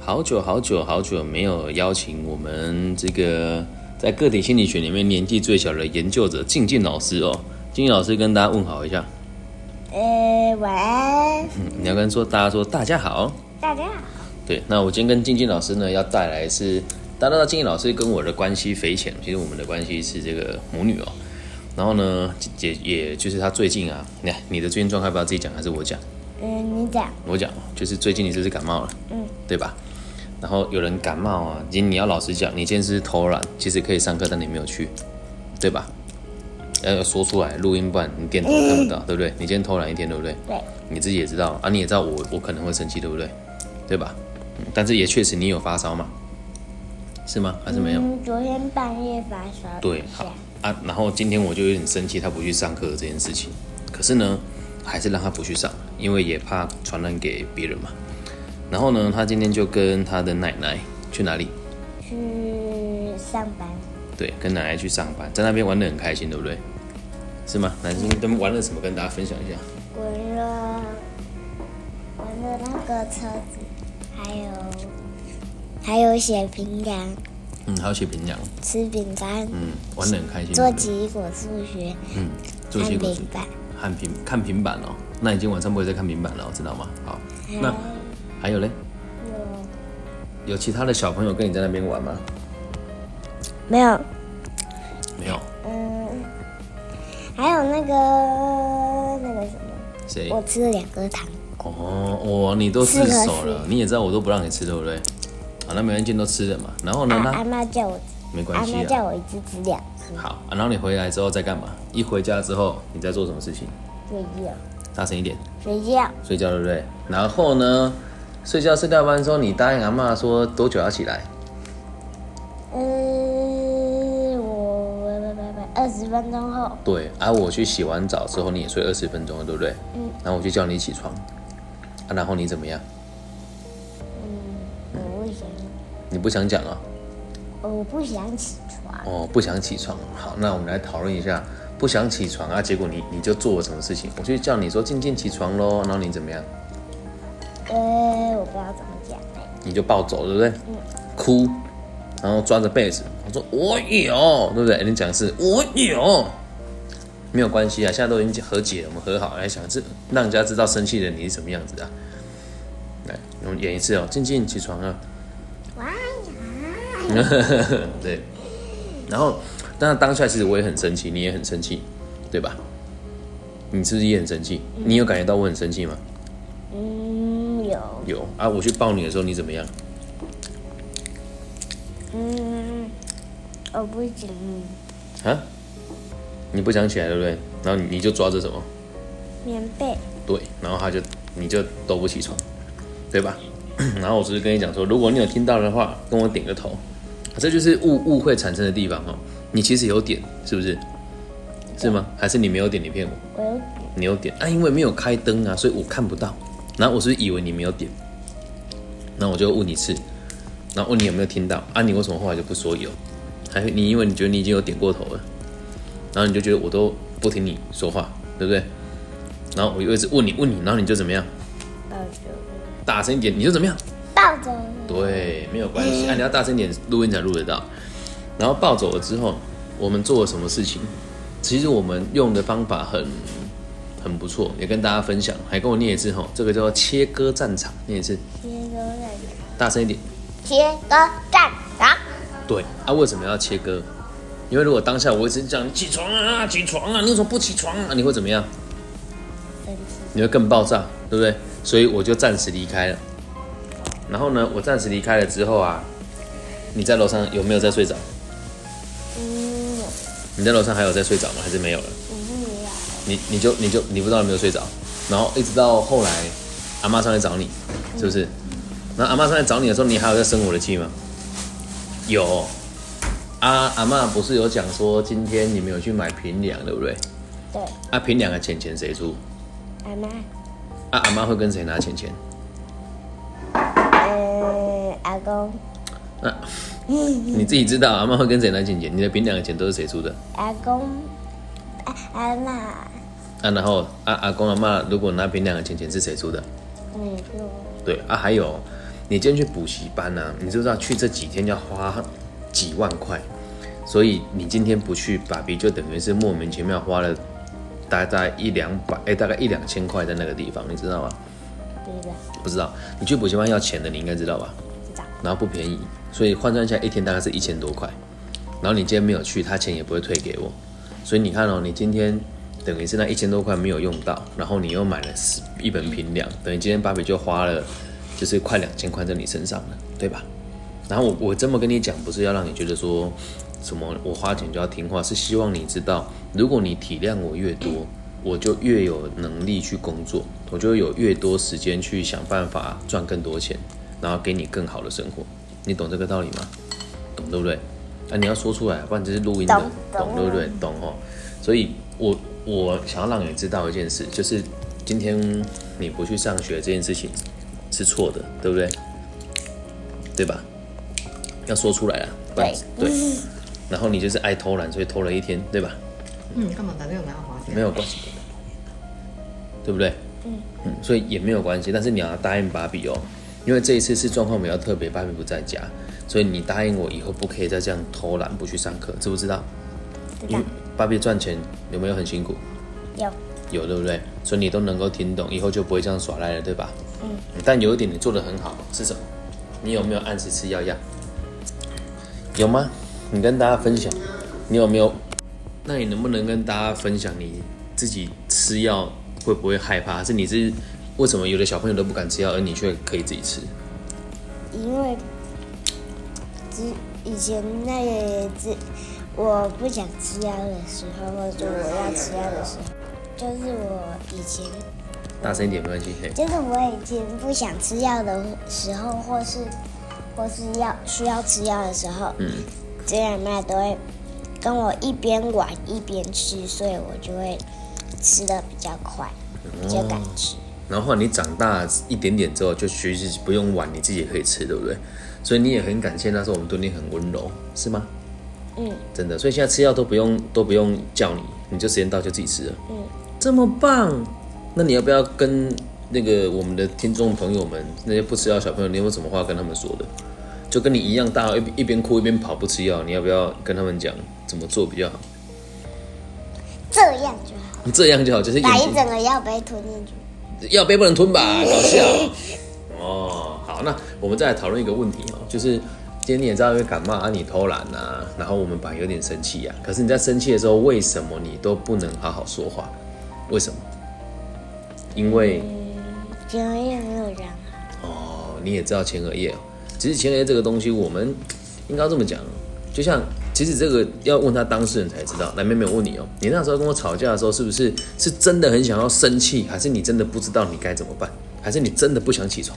好久好久好久没有邀请我们这个在个体心理学里面年纪最小的研究者静静老师哦。静静老师跟大家问好一下，呃，晚安，嗯你要跟说大家说大家好。大家好。对，那我今天跟静静老师呢，要带来是，大家知道静静老师跟我的关系匪浅，其实我们的关系是这个母女哦。然后呢，也也就是她最近啊，你看你的最近状况，要不要自己讲还是我讲？嗯，你讲，我讲，就是最近你是不是感冒了？嗯，对吧？然后有人感冒啊，今天你要老实讲，你今天是偷懒，其实可以上课，但你没有去，对吧？要说出来，录音不然你点头看不到，对不对？你今天偷懒一天，对不对？对，嗯你自己也知道啊，你也知道我我可能会生气，对不对？对吧？嗯但是也确实你有发烧嘛，是吗？还是没有？嗯，昨天半夜发烧，对，好啊。然后今天我就有点生气，他不去上课这件事情。可是呢，还是让他不去上，因为也怕传染给别人嘛。然后呢，他今天就跟他的奶奶去哪里？去上班，对，跟奶奶去上班，在那边玩得很开心，对不对？是吗？男生他们玩了什么？跟大家分享一下。玩了玩了那个车子，还有还有写平凉，嗯，还有写平凉，吃饼干，嗯，玩得很开心。做对不对几果数学，嗯，做看结果平是板，看平看平板哦。那你今天晚上不会再看平板了，哦知道吗？好，那还有嘞，有有其他的小朋友跟你在那边玩吗？没有？没有，嗯，还有那个那个什么，谁？我吃了两颗糖，哦，我你都自首了，你也知道我都不让你吃，对不对？好，那没关系，都吃了嘛。然后呢，啊，阿那妈叫我，没关阿系妈啊。叫我一次吃两颗，好、啊，然后你回来之后再干嘛？一回家之后你在做什么事情？睡觉大声一点，睡觉。睡觉，对不对？然后呢，睡觉睡到一半的时候，你答应阿妈说多久要起来？嗯，我拜拜拜，二十分钟后，对，啊，我去洗完澡之后你也睡二十分钟了，对不对？嗯。然后我就叫你起床，啊，然后你怎么样？我不想，你不想讲啊？我不想起床，哦，不想起床。好，那我们来讨论一下，不想起床啊，结果你你就做了什么事情？我就叫你说静静起床喽，然后你怎么样？呃，我不知道怎么讲哎，你就暴走，对不对？哭，然后抓着被子，我说我有，对不对？诶你讲的是我有，没有关系啊，现在都已经和解了，我们和好，来想这让人家知道生气的你是什么样子啊。来，我们演一次哦，静静起床啊。哇呀，对，然后，但当下其实我也很生气，你也很生气，对吧？你是不是也很生气？你有感觉到我很生气吗？嗯，有，有啊，我去抱你的时候你怎么样？嗯，我不行，啊？你不想起来对不对？然后你你就抓着什么？棉被，对，然后他就你就都不起床，对吧？ 然后我只是跟你讲说，如果你有听到的话，跟我点个头，这就是误误会产生的地方哦。你其实有点，是不是？是吗？还是你没有点，你骗我？我有，你有点啊，因为没有开灯啊，所以我看不到。然后我是以为你没有点，然后我就问你一次，然后问你有没有听到啊？你为什么后来就不说有？还是你因为你觉得你已经有点过头了，然后你就觉得我都不听你说话，对不对？然后我又一直问你问你，然后你就怎么样？抱着，大声一点，你就怎么样？抱着，对，没有关系，啊，你要大声一点，录音才录得到。然后抱走了之后，我们做了什么事情？其实我们用的方法很很不错，也跟大家分享，还跟我念一次吼，这个叫做切割战场，念一次，切割战场，大声一点。切割战场，对，啊，为什么要切割？因为如果当下我一直讲起床啊，起床啊，你为什么不起床啊？你会怎么样？生气，你会更爆炸，对不对？所以我就暂时离开了。然后呢，我暂时离开了之后啊，你在楼上有没有在睡着？嗯，你在楼上还有在睡着吗？还是没有了？我不要，你你就你就你不知道有没有睡着，然后一直到后来阿妈上来找你，是不是？然后阿妈上来找你的时候，你还有在生我的气吗？有。啊，阿妈不是有讲说今天你们有去买平凉，对不对？对，啊，平凉的钱钱谁出？阿妈，啊，阿妈会跟谁拿钱钱？嗯，阿公，那、你自己知道，阿妈会跟谁拿钱钱？你的平凉的钱都是谁出的？阿公，阿阿妈，啊，然后啊，阿公阿妈如果拿平凉的钱钱是谁出的？嗯，就。对啊，还有你今天去补习班啊，你知不知道去这几天要花几万块？所以你今天不去爸比，就等于是莫名其妙花了大概一两百，哎、大概一两千块在那个地方，你知道吗？对不对？不知道，你去补习班要钱的，你应该知道吧？知道。然后不便宜，所以换算下来一天大概是一千多块。然后你今天没有去，他钱也不会退给我。所以你看哦，你今天等于是那一千多块没有用到，然后你又买了十一本平粮，等于今天芭比就花了就是快两千块在你身上了，对吧？然后我我这么跟你讲，不是要让你觉得说什么我花钱就要听话，是希望你知道，如果你体谅我越多，我就越有能力去工作，我就有越多时间去想办法赚更多钱，然后给你更好的生活。你懂这个道理吗？懂对不对？啊，你要说出来，不然这是录音的懂，懂懂对不对？懂哦。所以我我想要让你知道一件事，就是今天你不去上学这件事情是错的，对不对？对吧？要说出来啊，不然对。然后你就是爱偷懒，所以偷了一天，对吧？嗯，干嘛打电话给他花钱？没有关系，对不对？嗯，所以也没有关系，但是你要答应芭比哦，因为这一次是状况比较特别，芭比不在家，所以你答应我以后不可以再这样偷懒不去上课，知不知道？知因道为芭比赚钱有没有很辛苦？有有对不对？所以你都能够听懂，以后就不会这样耍赖了，对吧？嗯。但有一点你做的很好，是什么？你有没有按时吃药药？有吗？你跟大家分享，你有没有？那你能不能跟大家分享你自己吃药会不会害怕？还是你是为什么有的小朋友都不敢吃药，而你却可以自己吃？因为之以前那个之我不想吃药的时候，或者我要吃药的时候，就是我以前大声一点没关系。嘿，就是我以前不想吃药的时候，或是或是要需要吃药的时候，嗯，这两妹都会跟我一边玩一边吃，所以我就会吃的比较快，比较敢吃。然后后来你长大一点点之后，就学习不用碗，你自己也可以吃，对不对？所以你也很感谢那时候我们对你很温柔，是吗？嗯，真的，所以现在吃药都不用都不用叫你，你就时间到就自己吃了。嗯，这么棒。那你要不要跟那个我们的听众朋友们，那些不吃药小朋友，你有没有什么话跟他们说的？就跟你一样大，一一边哭一边跑不吃药，你要不要跟他们讲怎么做比较好？这样就好，这样就好，就是眼把睛一整个药杯吞进去。药杯不能吞吧？啊搞笑。哦，好，那我们再来讨论一个问题哦，就是今天你也知道，因为感冒啊，你偷懒啊，然后我们本来有点生气啊，可是你在生气的时候，为什么你都不能好好说话？为什么？因为前额叶没有啊染好，哦，你也知道前额叶、哦，其实前额叶这个东西，我们应该这么讲，哦就像其实这个要问他当事人才知道。来，妹妹，我问你哦，你那时候跟我吵架的时候，是不是是真的很想要生气，还是你真的不知道你该怎么办，还是你真的不想起床？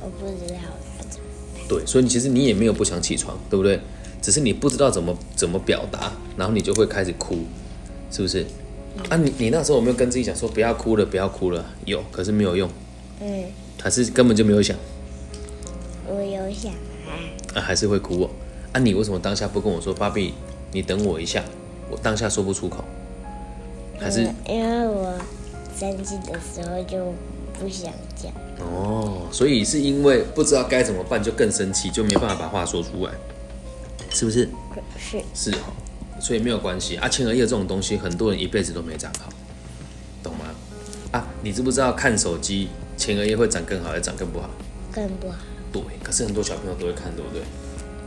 我不知道该怎么对，所以你其实你也没有不想起床，对不对？只是你不知道怎么怎么表达，然后你就会开始哭，是不是？啊，你你那时候有没有跟自己讲说不要哭了，不要哭了？有，可是没有用，嗯，还是根本就没有想，我有想啊，啊，还是会哭哦。啊，你为什么当下不跟我说，芭比，你等我一下？我当下说不出口，还是因为我生气的时候就不想讲，哦，所以是因为不知道该怎么办，就更生气，就没办法把话说出来，是不是？可是是哦，所以没有关系啊。前额叶这种东西，很多人一辈子都没长好，懂吗？啊，你知不知道看手机前额叶会长更好，还是长更不好？更不好。对，可是很多小朋友都会看，对不对？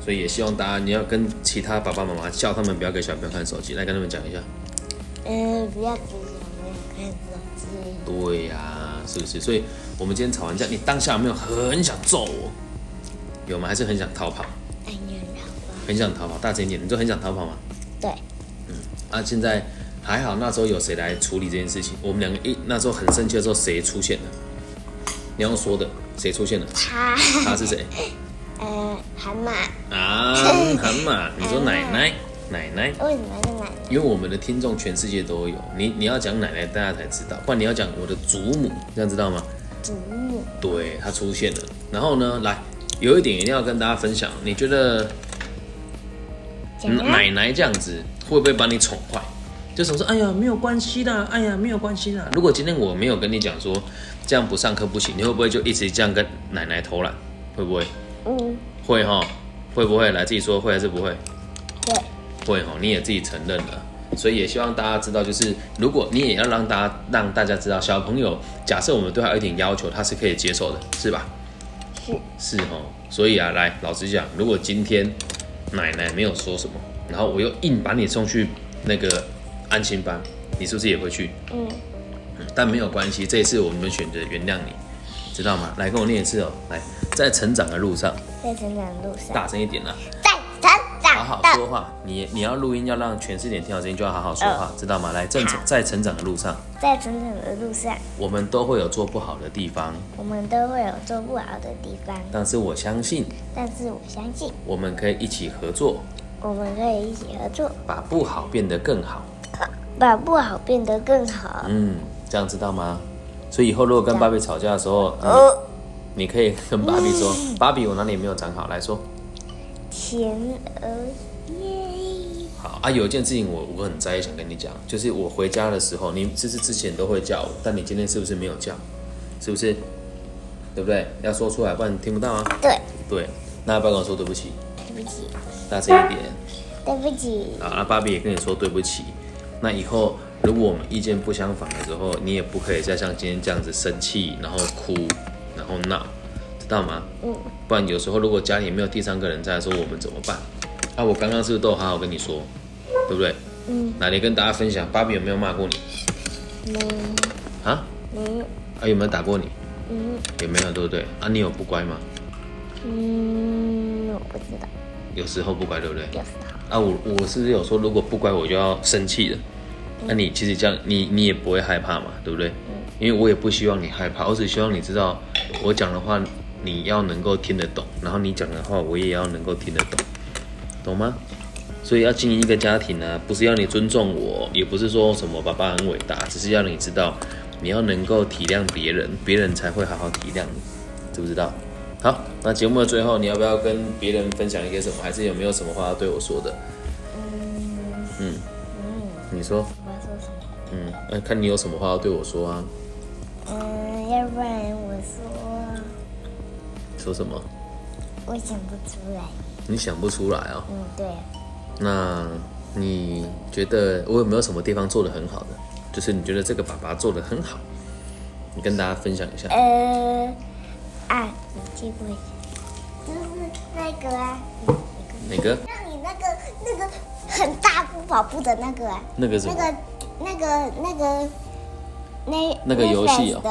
所以也希望大家，你要跟其他爸爸妈妈叫他们不要给小朋友看手机，来跟他们讲一下。嗯，不要给小朋友看手机。对呀、是不是？所以我们今天吵完架，你当下有没有很想揍我？有吗？还是很想逃跑？哎呀，老爸，很想逃跑，大声一点，你就很想逃跑吗？对，啊，现在还好，那时候有谁来处理这件事情？我们两个一那时候很生气的时候，谁出现了？你要说的，谁出现了？他，他是谁？呃，海马，啊，韩嘛，你说奶奶，奶奶，为什么是奶奶？因为我们的听众全世界都有，你你要讲奶奶，大家才知道，不然你要讲我的祖母，这样知道吗？祖母，对，它出现了。然后呢，来，有一点一定要跟大家分享，你觉得讲啊奶嗯奶这样子会不会把你宠坏？就什么说，哎呀，没有关系的，哎呀，没有关系的。如果今天我没有跟你讲说这样不上课不行，你会不会就一直这样跟奶奶偷懒？会不会？嗯，会哈，会不会？来自己说会还是不会？会，会哈，你也自己承认了，所以也希望大家知道，就是如果你也要让大家让大家知道，小朋友假设我们对他有一点要求，他是可以接受的，是吧？是是哦，所以啊，来，老实讲，如果今天奶奶没有说什么，然后我又硬把你送去那个安心班，你是不是也会去？嗯，但没有关系，这一次我们选择原谅你，知道吗？来，跟我念一次哦，来，在成长的路上，在成长路上，大声一点啊啦、在成好长好的说话。你你要录音，要让全世界听到声音，就要好好说话，知道吗？来，正常在成长的路上，在成长的路上，我们都会有做不好的地方，我们都会有做不好的地方，但是我相信但是我相信我们可以一起合作，我们可以一起合作，把不好变得更好。把不好变得更好。嗯，这样知道吗？所以以后如果跟芭比吵架的时候，嗯、哦，你可以跟芭比说：“芭比，我哪里没有长好？”来说。前额叶，好啊，有一件事情我我很在意，想跟你讲，就是我回家的时候，你就是之前都会叫我，但你今天是不是没有叫？是不是？对不对？要说出来，不然你听不到啊。对，对，那要不要跟我说对不起？对不起，大声一点。对不起，啊，那芭比也跟你说对不起。那以后如果我们意见不相反的时候，你也不可以再像今天这样子生气，然后哭，然后闹，知道吗？嗯，不然有时候如果家里没有第三个人在的时候，我们怎么办？啊，我刚刚是不是都有好好跟你说，对不对？嗯，哪里跟大家分享，芭比有没有骂过你没啊？没，啊，有没有打过你？嗯也没有，对不对？啊，你有不乖吗？嗯，我不知道，有时候不乖，对不对？有时候啊，我我是不是有说，如果不乖我就要生气了？那、你其实这样，你你也不会害怕嘛，对不对？因为我也不希望你害怕，我只希望你知道，我讲的话你要能够听得懂，然后你讲的话我也要能够听得懂，懂吗？所以要经营一个家庭呢、啊不是要你尊重我，也不是说什么爸爸很伟大，只是要你知道，你要能够体谅别人，别人才会好好体谅你，知不知道？好，那节目的最后，你要不要跟别人分享一些什么？还是有没有什么话要对我说的？嗯你说，我要说什么？嗯，那看你有什么话要对我说啊？嗯，要不然我说说什么？我想不出来。你想不出来啊、嗯，对，那你觉得我有没有什么地方做的很好的？就是你觉得这个爸爸做的很好，你跟大家分享一下。呃，啊，你记不？就是那个啊，哪个？让你那个那个很大步跑步的那个啊，那个什那么？个那个那个那那个游戏哦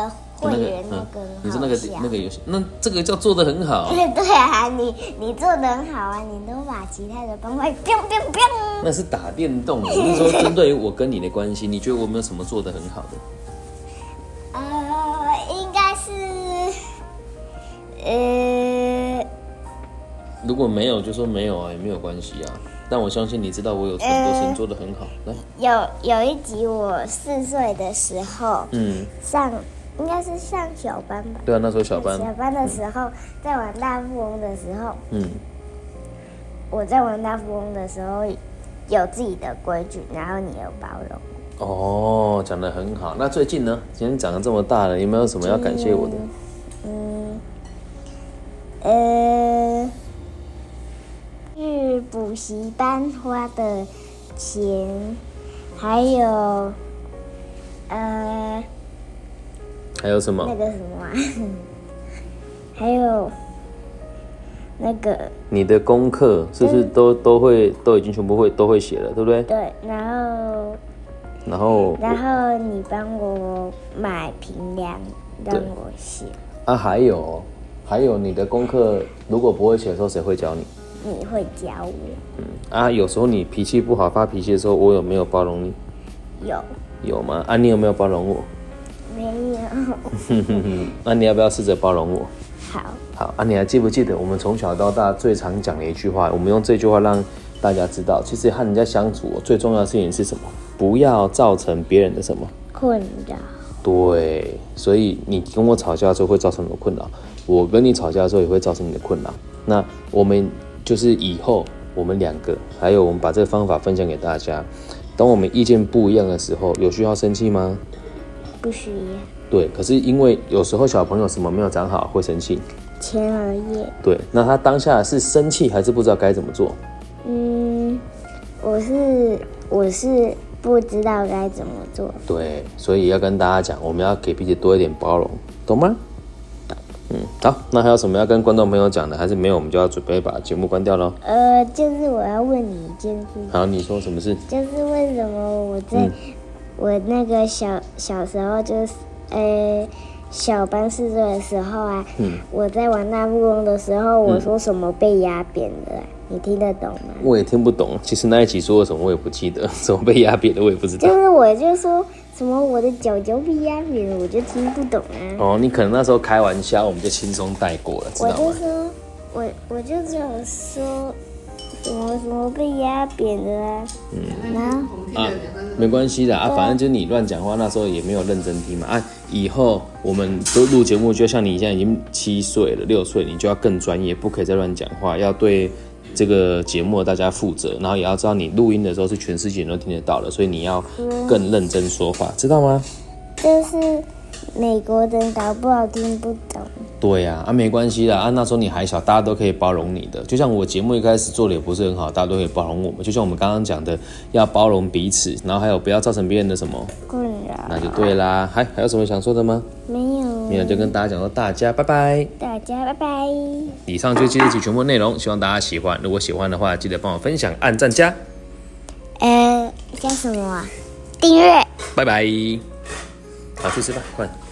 Netflix 的那会员那嗯个很好笑，你说那个那个游戏，那这个叫做的很好。 对对啊，你你做的很好啊，你都把其他的帮 忙，砰砰砰，那是打电动的，我是说针对于我跟你的关系，你觉得我有没有什么做的很好的？呃，应该是，呃。如果没有，就说没有啊，也没有关系啊。但我相信你知道我有很多事呃情做的很好。来，有有一集我四岁的时候嗯，上，应该是上小班吧。对啊，那时候小班，小班的时候，在玩大富翁的时候，嗯，我在玩大富翁的时候有自己的规矩，然后你有包容。哦，讲的很好。那最近呢？今天长得这么大了，有没有什么要感谢我的？嗯，呃，是补习班花的钱，还有呃还有什那么？个什么、啊， 还有那个你的功课是不是都都会都已经全部会都会写了，对不对？对，然后然后然后你帮我买平凉，让对我写，啊，还有哦还有你的功课如果不会写的时候，谁会教你？你会教我嗯啊，有时候你脾气不好发脾气的时候，我有没有包容你？有有吗？啊，你有没有包容我？没有？ 那、你要不要试着包容我？好，好啊，你还记不记得我们从小到大最常讲的一句话？我们用这句话让大家知道，其实和人家相处最重要的事情是什么？不要造成别人的什么？困扰对，所以你跟我吵架的时候会造成我的困扰，我跟你吵架的时候也会造成你的困扰。那我们就是以后我们两个，还有我们把这个方法分享给大家。当我们意见不一样的时候，有需要生气吗？不需要。对，可是因为有时候小朋友什么没有长好会生气，前额叶。对，那他当下是生气还是不知道该怎么做？嗯，我是我是不知道该怎么做。对，所以要跟大家讲，我们要给彼此多一点包容，懂吗？嗯，好，那还有什么要跟观众朋友讲的？还是没有，我们就要准备把节目关掉喽。呃，就是我要问你一件事情，好，你说什么事？就是为什么我在、我那个小小时候就是呃。小班四岁的时候啊，我在玩大富翁的时候，我说什么被压扁了啊、你听得懂吗？我也听不懂，其实那一集说了什么我也不记得， 怎么被压扁的我也不知道就。是我就说什么我的脚脚被压扁了，我就听不懂啊。哦，你可能那时候开玩笑，我们就轻松带过了，知我道就吗？说，我我就只有说什么什么被压扁的啊，然后啊，没关系的啊，反正就是你乱讲话，那时候也没有认真听嘛啊。以后我们都录节目，就像你现在已经七岁了、六岁了，你就要更专业，不可以再乱讲话，要对这个节目的大家负责，然后也要知道你录音的时候是全世界人都听得到的，所以你要更认真说话，知道吗？就是美国人搞不好听不懂，对呀、啊，没关系啦，啊，那时候你还小，大家都可以包容你的。就像我节目一开始做的也不是很好，大家都可以包容我们。就像我们刚刚讲的，要包容彼此，然后还有不要造成别人的什么，困那扰就对啦。还还有什么想说的吗？没有。没有，就跟大家讲说大家拜拜。大家拜拜。以上就是今日集全部内容，希望大家喜欢。如果喜欢的话，记得帮我分享、按赞加，呃，叫什么、啊？订阅。拜拜。好，去吃饭，快点。